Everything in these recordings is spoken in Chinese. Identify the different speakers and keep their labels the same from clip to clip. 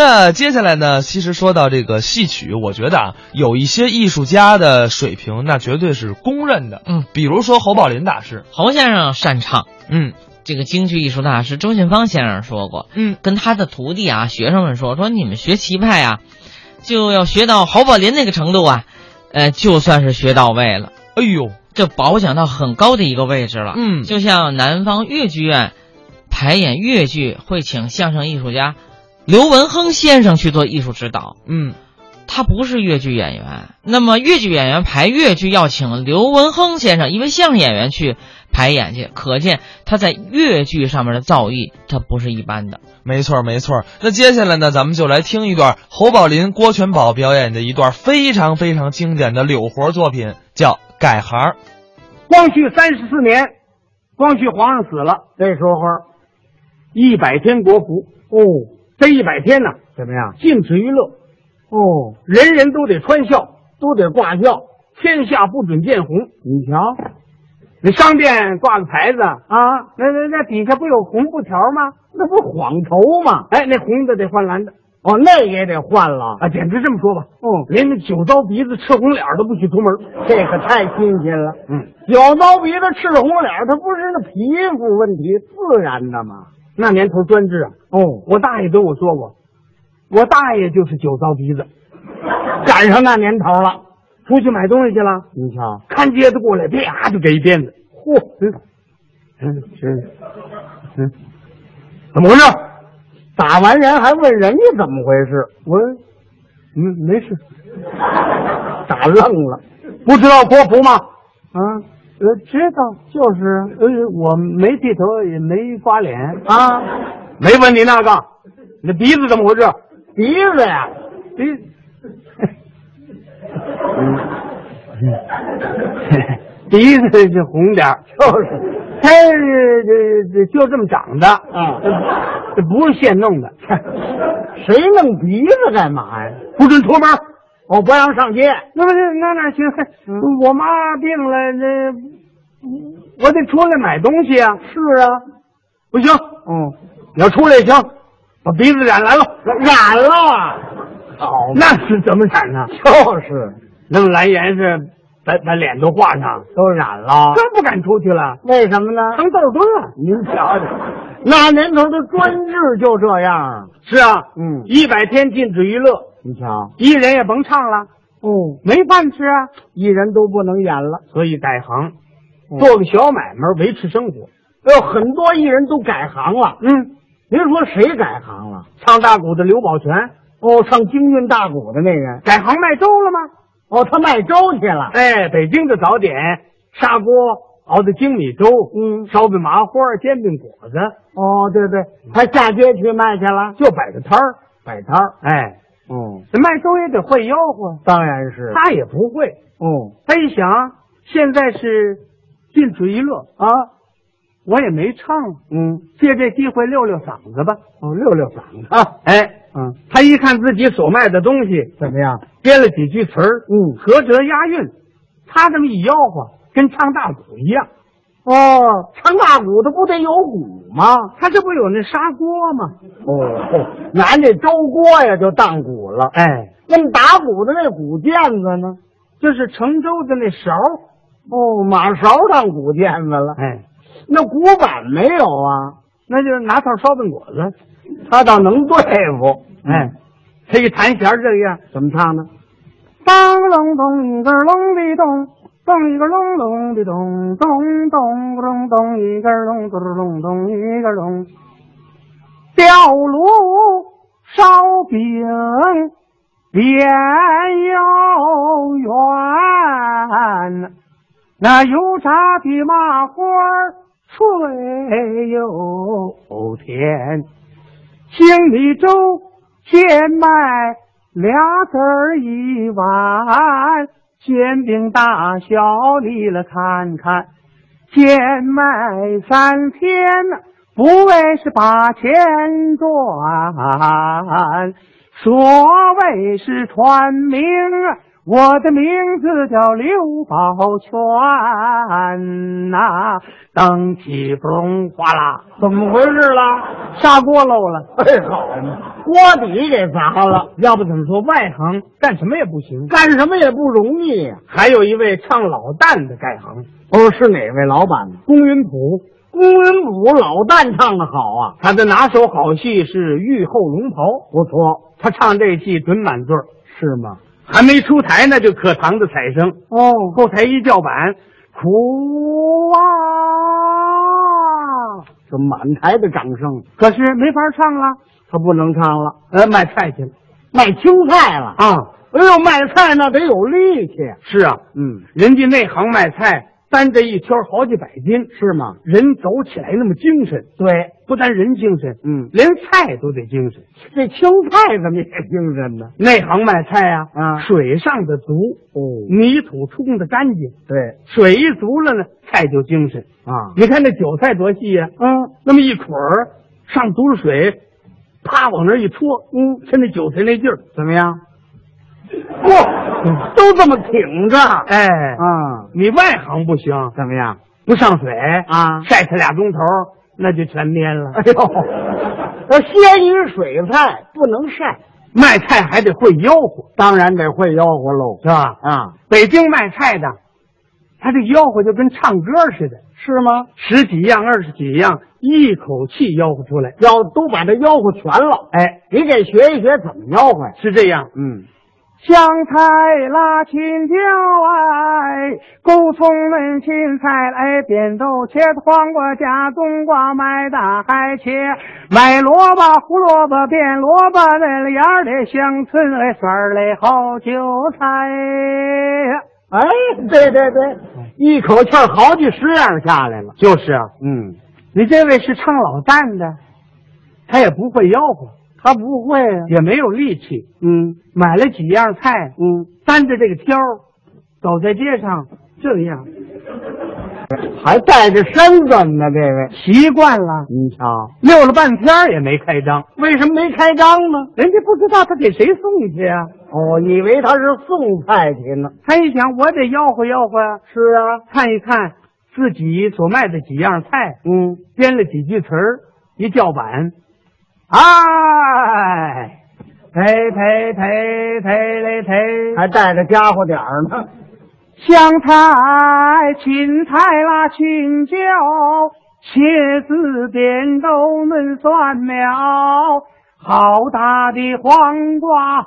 Speaker 1: 那接下来呢？其实说到这个戏曲，我觉得啊，有一些艺术家的水平那绝对是公认的。
Speaker 2: 嗯，
Speaker 1: 比如说侯宝林大师，
Speaker 2: 侯先生擅唱
Speaker 1: 嗯
Speaker 2: 这个京剧艺术大师周信芳先生说过，
Speaker 1: 嗯，
Speaker 2: 跟他的徒弟啊、学生们说，说你们学棋派啊，就要学到侯宝林那个程度啊，呃，就算是学到位了，
Speaker 1: 哎呦，
Speaker 2: 这保奖到很高的一个位置了。
Speaker 1: 嗯
Speaker 2: 就像南方越剧院排演越剧会请相声艺术家刘文亨先生去做艺术指导，
Speaker 1: 嗯，
Speaker 2: 他不是越剧演员。那么越剧演员排越剧要请刘文亨先生，一位相声演员去排演去，可见他在越剧上面的造诣，他不是一般的。
Speaker 1: 没错儿没错儿。那接下来呢，咱们就来听一段侯宝林、郭全宝表演的一段非常非常经典的柳活作品，叫《改行》。
Speaker 3: 光绪三十四年，光绪皇上死了，
Speaker 4: 这时候
Speaker 3: 一百天国服。
Speaker 4: 哦，
Speaker 3: 这一百天呢，
Speaker 4: 怎么样？
Speaker 3: 禁止娱乐，
Speaker 4: 哦，
Speaker 3: 人人都得穿孝，
Speaker 4: 都得挂孝。
Speaker 3: 天下不准见红。
Speaker 4: 你瞧
Speaker 3: 你商店挂个牌子，
Speaker 4: 啊，
Speaker 3: 那那那底下不有红布条吗？
Speaker 4: 那不晃头吗？
Speaker 3: 哎，那红的得换蓝的
Speaker 4: 哦，那也得换了。
Speaker 3: 啊！简直这么说吧，
Speaker 4: 哦，
Speaker 3: 连那酒糟鼻子、赤红脸儿都不许出门。
Speaker 4: 这可太新鲜了。
Speaker 3: 嗯，
Speaker 4: 有刀鼻子、赤红脸，他不是那皮肤问题，自然的嘛。
Speaker 3: 那年头专制啊，
Speaker 4: 哦，
Speaker 3: 我大爷跟我说过，我大爷就是酒糟鼻 子，
Speaker 4: 赶上那年头了。
Speaker 3: 出去买东西去了，
Speaker 4: 你瞧，
Speaker 3: 看街的过来，啪就给一鞭子。
Speaker 4: 嚯，
Speaker 3: 嗯，嗯，是，嗯，怎么回事？
Speaker 4: 打完人还问人家怎么回事？
Speaker 3: 我，嗯，没 事，
Speaker 4: 打愣了
Speaker 3: 不知道国服吗？
Speaker 4: 啊！呃，知道就是
Speaker 3: 呃，我没剃头，也没刮脸，
Speaker 4: 啊，
Speaker 3: 没问你那个，你的鼻子怎么回事？
Speaker 4: 鼻子呀，
Speaker 3: 鼻， 鼻子是红点儿
Speaker 4: 就是
Speaker 3: 它是这这就这么长的
Speaker 4: 嗯
Speaker 3: 这这不是现弄的，
Speaker 4: 谁弄鼻子干嘛呀？
Speaker 3: 不准出门。
Speaker 4: 哦，不让上街。
Speaker 3: 那不是那哪行？
Speaker 4: 嗯
Speaker 3: 我妈病了，这我得出来买东西啊。
Speaker 4: 是啊，
Speaker 3: 不行，
Speaker 4: 嗯，
Speaker 3: 你要出来也行，把鼻子染蓝了。
Speaker 4: 染了，好
Speaker 3: 那是怎么染呢？
Speaker 4: 就是
Speaker 3: 那么蓝颜是把把脸都画上，
Speaker 4: 都染了
Speaker 3: 真不敢出去了，
Speaker 4: 为什么呢？
Speaker 3: 成豆墩了。
Speaker 4: 您 瞧瞧，那年头的专制就这样。
Speaker 3: 是啊，
Speaker 4: 嗯
Speaker 3: 一百天禁止娱乐，
Speaker 4: 你瞧，
Speaker 3: 艺人也甭唱了，
Speaker 4: 哦，
Speaker 3: 没饭吃啊。
Speaker 4: 艺人都不能演了。
Speaker 3: 所以改行，
Speaker 4: 嗯
Speaker 3: 做个小买卖维持生活。
Speaker 4: 哎呦，很多艺人都改行了。
Speaker 3: 嗯，
Speaker 4: 您说谁改行了？
Speaker 3: 唱大鼓的刘宝全
Speaker 4: 哦，唱京韵大鼓的那人，
Speaker 3: 改行卖粥了吗？
Speaker 4: 哦，他卖粥去了。
Speaker 3: 哎，北京的早点，砂锅熬的精米粥，
Speaker 4: 嗯
Speaker 3: 烧饼麻花、煎饼果子，嗯
Speaker 4: 哦，对对，他下街去卖去了，
Speaker 3: 就摆个摊儿。
Speaker 4: 摆摊儿。
Speaker 3: 哎，
Speaker 4: 嗯，
Speaker 3: 这卖粥也得会吆喝，
Speaker 4: 当然是。
Speaker 3: 他也不会。
Speaker 4: 哦
Speaker 3: 他一想，现在是禁止娱乐，
Speaker 4: 啊，
Speaker 3: 我也没唱，
Speaker 4: 嗯，
Speaker 3: 借这机会溜溜嗓子吧。
Speaker 4: 哦，溜溜嗓子。
Speaker 3: 啊，哎，
Speaker 4: 嗯，
Speaker 3: 他一看自己所卖的东西，
Speaker 4: 怎么样？
Speaker 3: 编了几句词儿，
Speaker 4: 嗯
Speaker 3: 合辙押韵，他这么一吆喝，跟唱大鼓一样。
Speaker 4: 哦，唱大鼓的不得有鼓吗？
Speaker 3: 他这不有那砂锅吗？
Speaker 4: 哦，拿那粥锅呀就当鼓了。
Speaker 3: 哎，
Speaker 4: 那么打鼓的那鼓毽子呢？
Speaker 3: 就是盛粥的那勺儿。
Speaker 4: 哦，马勺当鼓毽子了。
Speaker 3: 哎，
Speaker 4: 那鼓板没有啊？
Speaker 3: 那就拿套烧饼果子。
Speaker 4: 他倒能对付。
Speaker 3: 哎，他一弹弦儿这个样，
Speaker 4: 怎么唱呢？
Speaker 3: 当隆咚一个隆的咚，咚一个隆隆的咚，咚咚咕隆咚一个隆咚隆咚一个隆。吊炉烧饼莲又圆，那油炸的麻花儿脆又甜。青米粥现卖俩子儿一碗，煎饼大小你了看看，贱卖三天，不为是把钱啊赚，所谓是传名，我的名字叫刘宝全呐、灯起咚哗啦，
Speaker 4: 怎么回事啦？
Speaker 3: 砂锅漏了，
Speaker 4: 哎，好嘛，锅底给砸了，
Speaker 3: 要不怎么说外行干什么也不行？
Speaker 4: 干什么也不容易呀、
Speaker 3: 还有一位唱老旦的改行，
Speaker 4: 哦，是哪位老板呢？
Speaker 3: 龚云普，
Speaker 4: 龚云普老旦唱的好啊，
Speaker 3: 他的拿手好戏是《玉后龙袍》，
Speaker 4: 不错，
Speaker 3: 他唱这戏准满座儿，
Speaker 4: 是吗？
Speaker 3: 还没出台呢就可堂的彩声。
Speaker 4: 哦，
Speaker 3: 后台一叫板，苦啊！
Speaker 4: 这满台的掌声，
Speaker 3: 可是没法唱了，
Speaker 4: 他啊不能唱了，
Speaker 3: 呃，卖菜去了
Speaker 4: 卖青菜了。
Speaker 3: 啊！
Speaker 4: 哎呦，卖菜那得有力气。
Speaker 3: 是啊，
Speaker 4: 嗯，
Speaker 3: 人家那行卖菜担这一圈好几百斤，
Speaker 4: 是吗？
Speaker 3: 人走起来那么精神，
Speaker 4: 对，
Speaker 3: 不但人精神，
Speaker 4: 嗯，
Speaker 3: 连菜都得精神。
Speaker 4: 这青菜怎么也精神呢？
Speaker 3: 那行卖菜啊，
Speaker 4: 啊
Speaker 3: 水上的足，
Speaker 4: 哦，
Speaker 3: 泥土冲的干净，
Speaker 4: 对
Speaker 3: 水一足了呢，菜就精神。
Speaker 4: 啊，
Speaker 3: 你看那韭菜多细呀、
Speaker 4: 嗯，
Speaker 3: 那么一捆儿上足了水，啪往那儿一戳，嗯，趁那韭菜那劲儿，
Speaker 4: 怎么样？
Speaker 3: 嚯，
Speaker 4: 都这么挺着
Speaker 3: 哎，
Speaker 4: 啊？
Speaker 3: 你外行不行，
Speaker 4: 怎么样？
Speaker 3: 不上水
Speaker 4: 啊
Speaker 3: 晒它俩钟头，那就全蔫了。
Speaker 4: 哎呦， 那鲜于水菜不能晒，
Speaker 3: 卖菜还得会吆喝，
Speaker 4: 当然得会吆喝喽
Speaker 3: 是吧？
Speaker 4: 啊，
Speaker 3: 北京卖菜的，他这吆喝就跟唱歌似的，
Speaker 4: 是吗？
Speaker 3: 十几样、二十几样，一口气吆喝出来。
Speaker 4: 要都把这吆喝全了，
Speaker 3: 哎，
Speaker 4: 你给学一学怎么吆喝呀？
Speaker 3: 是这样。
Speaker 4: 嗯，
Speaker 3: 香菜辣青椒哎，勾葱焖青菜哎，扁豆切黄瓜加冬瓜，买大海切，买萝卜胡萝卜变萝卜，那了芽儿的香椿哎，蒜儿嘞好韭菜。
Speaker 4: 哎，对对对，一口气儿好几十样下来了。
Speaker 3: 哎就是啊，
Speaker 4: 嗯，
Speaker 3: 你这位是唱老旦的，他也不会吆喝，
Speaker 4: 他不会啊。
Speaker 3: 也没有力气，
Speaker 4: 嗯
Speaker 3: 买了几样菜，
Speaker 4: 嗯，
Speaker 3: 担着这个挑儿，走在街上这样，
Speaker 4: 还带着身子呢，这位。
Speaker 3: 习惯了。
Speaker 4: 您瞧，
Speaker 3: 溜了半天儿也没开张，
Speaker 4: 为什么没开张呢？
Speaker 3: 人家不知道他给谁送去啊。
Speaker 4: 哦，以为他是送菜去呢。
Speaker 3: 他一想，我得吆喝吆喝呀，
Speaker 4: 是啊，
Speaker 3: 看一看自己所卖的几样菜，
Speaker 4: 嗯，
Speaker 3: 编了几句词儿，一叫板，哎，呸呸呸呸嘞呸，
Speaker 4: 还带着家伙点儿呢。
Speaker 3: 香菜、芹菜啦、青椒、茄子、扁豆焖蒜苗，好大的黄瓜，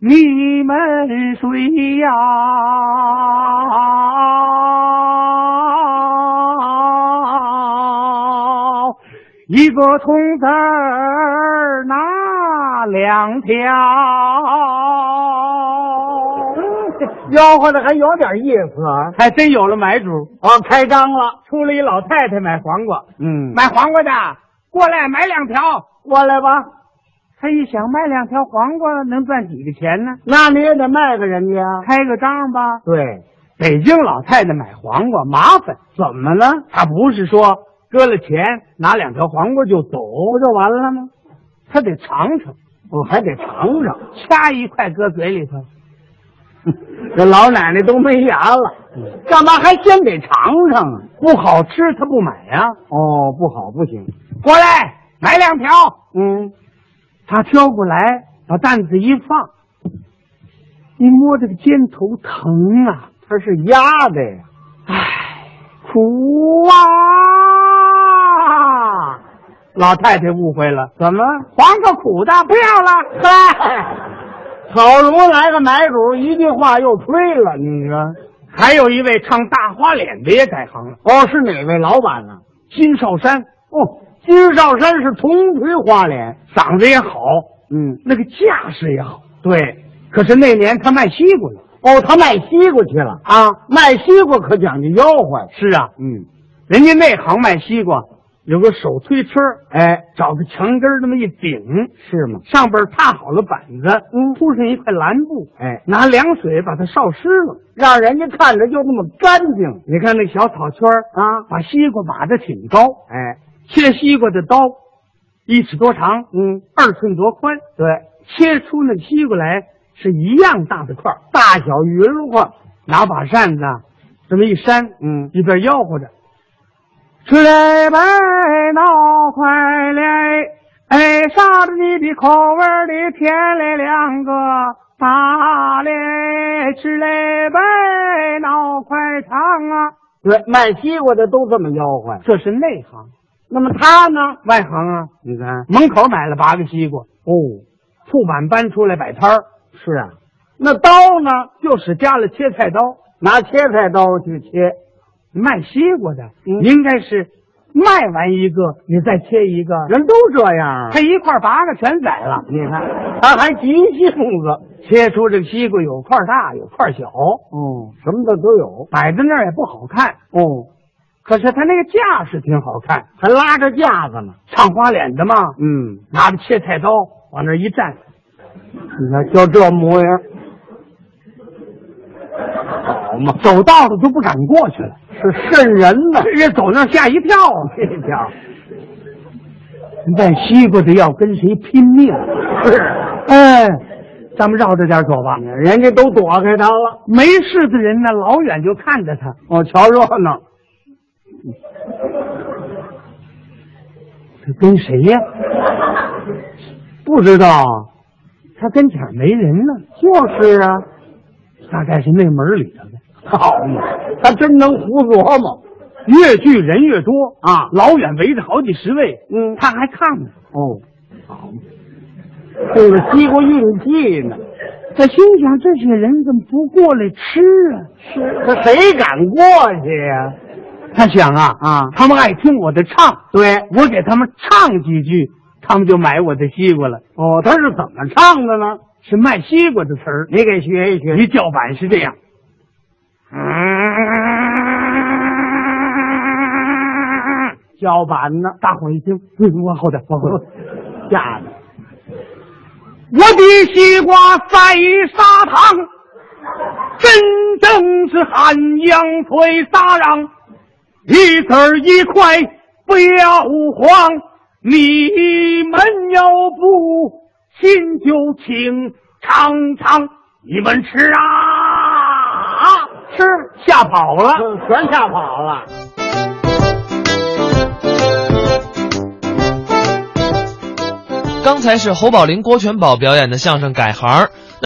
Speaker 3: 你们谁呀？一个葱子儿拿两条。
Speaker 4: 吆喝的还有点意思啊！
Speaker 3: 还真有了买主，
Speaker 4: 哦，开张了，
Speaker 3: 出了一老太太买黄瓜，
Speaker 4: 嗯，
Speaker 3: 买黄瓜的过来买两条。
Speaker 4: 过来吧，
Speaker 3: 他一想，卖两条黄瓜能赚几个钱呢？
Speaker 4: 那你也得卖给人家。
Speaker 3: 开个张吧。
Speaker 4: 啊对，
Speaker 3: 北京老太太买黄瓜麻烦，
Speaker 4: 怎么了？
Speaker 3: 她不是说搁了钱拿两条黄瓜就走，
Speaker 4: 不就完了吗？
Speaker 3: 她得尝尝，
Speaker 4: 我还得尝 尝，
Speaker 3: 掐一块搁嘴里头。
Speaker 4: 这老奶奶都没牙了，干嘛还先得尝尝啊？
Speaker 3: 不好吃她不买呀、
Speaker 4: 哦，不好，不行。
Speaker 3: 过来买两条，
Speaker 4: 嗯，
Speaker 3: 她挑过来，把担子一放，一摸这个肩头疼啊。
Speaker 4: 它是压的呀。
Speaker 3: 唉，苦啊！老太太误会了，
Speaker 4: 怎么？
Speaker 3: 黄瓜苦的不要了， 嗨！
Speaker 4: 好容易来个买主，一句话又推了，你说？
Speaker 3: 还有一位唱大花脸的也改行了，
Speaker 4: 哦，是哪位老板呢、
Speaker 3: 金少山
Speaker 4: 哦，金少山是铜锤花脸。
Speaker 3: 嗓子也好，
Speaker 4: 嗯，
Speaker 3: 那个架势也好。对，可是那年他卖西瓜了
Speaker 4: 哦，他卖西瓜去了。
Speaker 3: 啊！
Speaker 4: 卖西瓜可讲究吆喝呀。
Speaker 3: 是啊，
Speaker 4: 嗯，
Speaker 3: 人家那行卖西瓜有个手推车，
Speaker 4: 哎，
Speaker 3: 找个墙根儿那么一顶，
Speaker 4: 是吗？
Speaker 3: 上边踏好了板子，
Speaker 4: 嗯
Speaker 3: 铺上一块蓝布，
Speaker 4: 哎，
Speaker 3: 拿凉水把它烧湿了。
Speaker 4: 让人家看着就那么干净
Speaker 3: 你看那小草圈儿
Speaker 4: 啊。
Speaker 3: 把西瓜码得挺高，
Speaker 4: 哎，
Speaker 3: 切西瓜的刀一尺多长，
Speaker 4: 嗯，
Speaker 3: 二寸多宽，
Speaker 4: 对，
Speaker 3: 切出那西瓜来，
Speaker 4: 是一样大的块儿，大小匀乎块儿，拿把扇子啊这么一扇，
Speaker 3: 嗯，
Speaker 4: 一边吆喝着。
Speaker 3: 吃嘞白闹快嘞，哎，啥子你的口味儿里添嘞两个大嘞，吃嘞白闹快尝啊，
Speaker 4: 对，卖西瓜的都这么吆喝呀。
Speaker 3: 这是内行。
Speaker 4: 那么他呢？
Speaker 3: 外行啊，
Speaker 4: 你看，
Speaker 3: 门口买了八个西瓜，
Speaker 4: 哦，
Speaker 3: 铺满搬出来摆摊儿，
Speaker 4: 是啊，
Speaker 3: 那刀呢，就是加了切菜刀。
Speaker 4: 拿切菜刀去切，
Speaker 3: 卖西瓜的、
Speaker 4: 嗯
Speaker 3: 应该是卖完一个，你再切一个，
Speaker 4: 人都这样啊
Speaker 3: 他。一块八个全宰了。
Speaker 4: 你看，他还急性子。
Speaker 3: 切出这个西瓜有块大有块小，
Speaker 4: 哦，什么的都有。
Speaker 3: 摆在那儿也不好看。
Speaker 4: 哦，
Speaker 3: 可是他那个架势挺好看，
Speaker 4: 还拉着架子呢。
Speaker 3: 唱花脸的嘛，
Speaker 4: 嗯，
Speaker 3: 拿着切菜刀往那儿一站，
Speaker 4: 你看就这模样，好嘛，
Speaker 3: 走道的都不敢过去了，
Speaker 4: 是瘆人呐！
Speaker 3: 人家走那儿吓一跳 啊！
Speaker 4: 这家
Speaker 3: 卖西瓜的要跟谁拼命？
Speaker 4: 伙是，啊哎
Speaker 3: 哎，咱们绕着点走吧。
Speaker 4: 人家都躲开他了。
Speaker 3: 没事的人呢，老远就看着他，
Speaker 4: 哦，瞧热闹，
Speaker 3: 他跟谁呀、
Speaker 4: 不知道啊。
Speaker 3: 他跟前儿没人呢，
Speaker 4: 就是啊，
Speaker 3: 大概是那门里头的。
Speaker 4: 好嘛，他嗯真能胡琢磨。
Speaker 3: 越剧人越多
Speaker 4: 啊
Speaker 3: 老远围着好几十位，
Speaker 4: 嗯
Speaker 3: 他还看呢。
Speaker 4: 哦，好嘛，这个西瓜运气呢，
Speaker 3: 他心想：这些人怎么不过来吃啊？
Speaker 4: 这谁敢过去啊呀、
Speaker 3: 他想啊
Speaker 4: 啊
Speaker 3: 他们爱听我的唱，
Speaker 4: 对，
Speaker 3: 我给他们唱几句，他们就买我的西瓜了。
Speaker 4: 哦，他是怎么唱的呢？
Speaker 3: 是卖西瓜的词儿，
Speaker 4: 你给学一学。
Speaker 3: 一叫板是这样。
Speaker 4: 叫板呢？
Speaker 3: 大伙一听，嗯往后点，往后点。
Speaker 4: 吓的，
Speaker 3: 我的西瓜赛砂糖，真正是汉阳催沙瓤，一子儿一块不要慌，你们要不信就请尝尝，你们吃啊，吃吓跑了。
Speaker 4: 全吓跑了。
Speaker 1: 刚才是侯宝林、郭全宝表演的相声《改行》，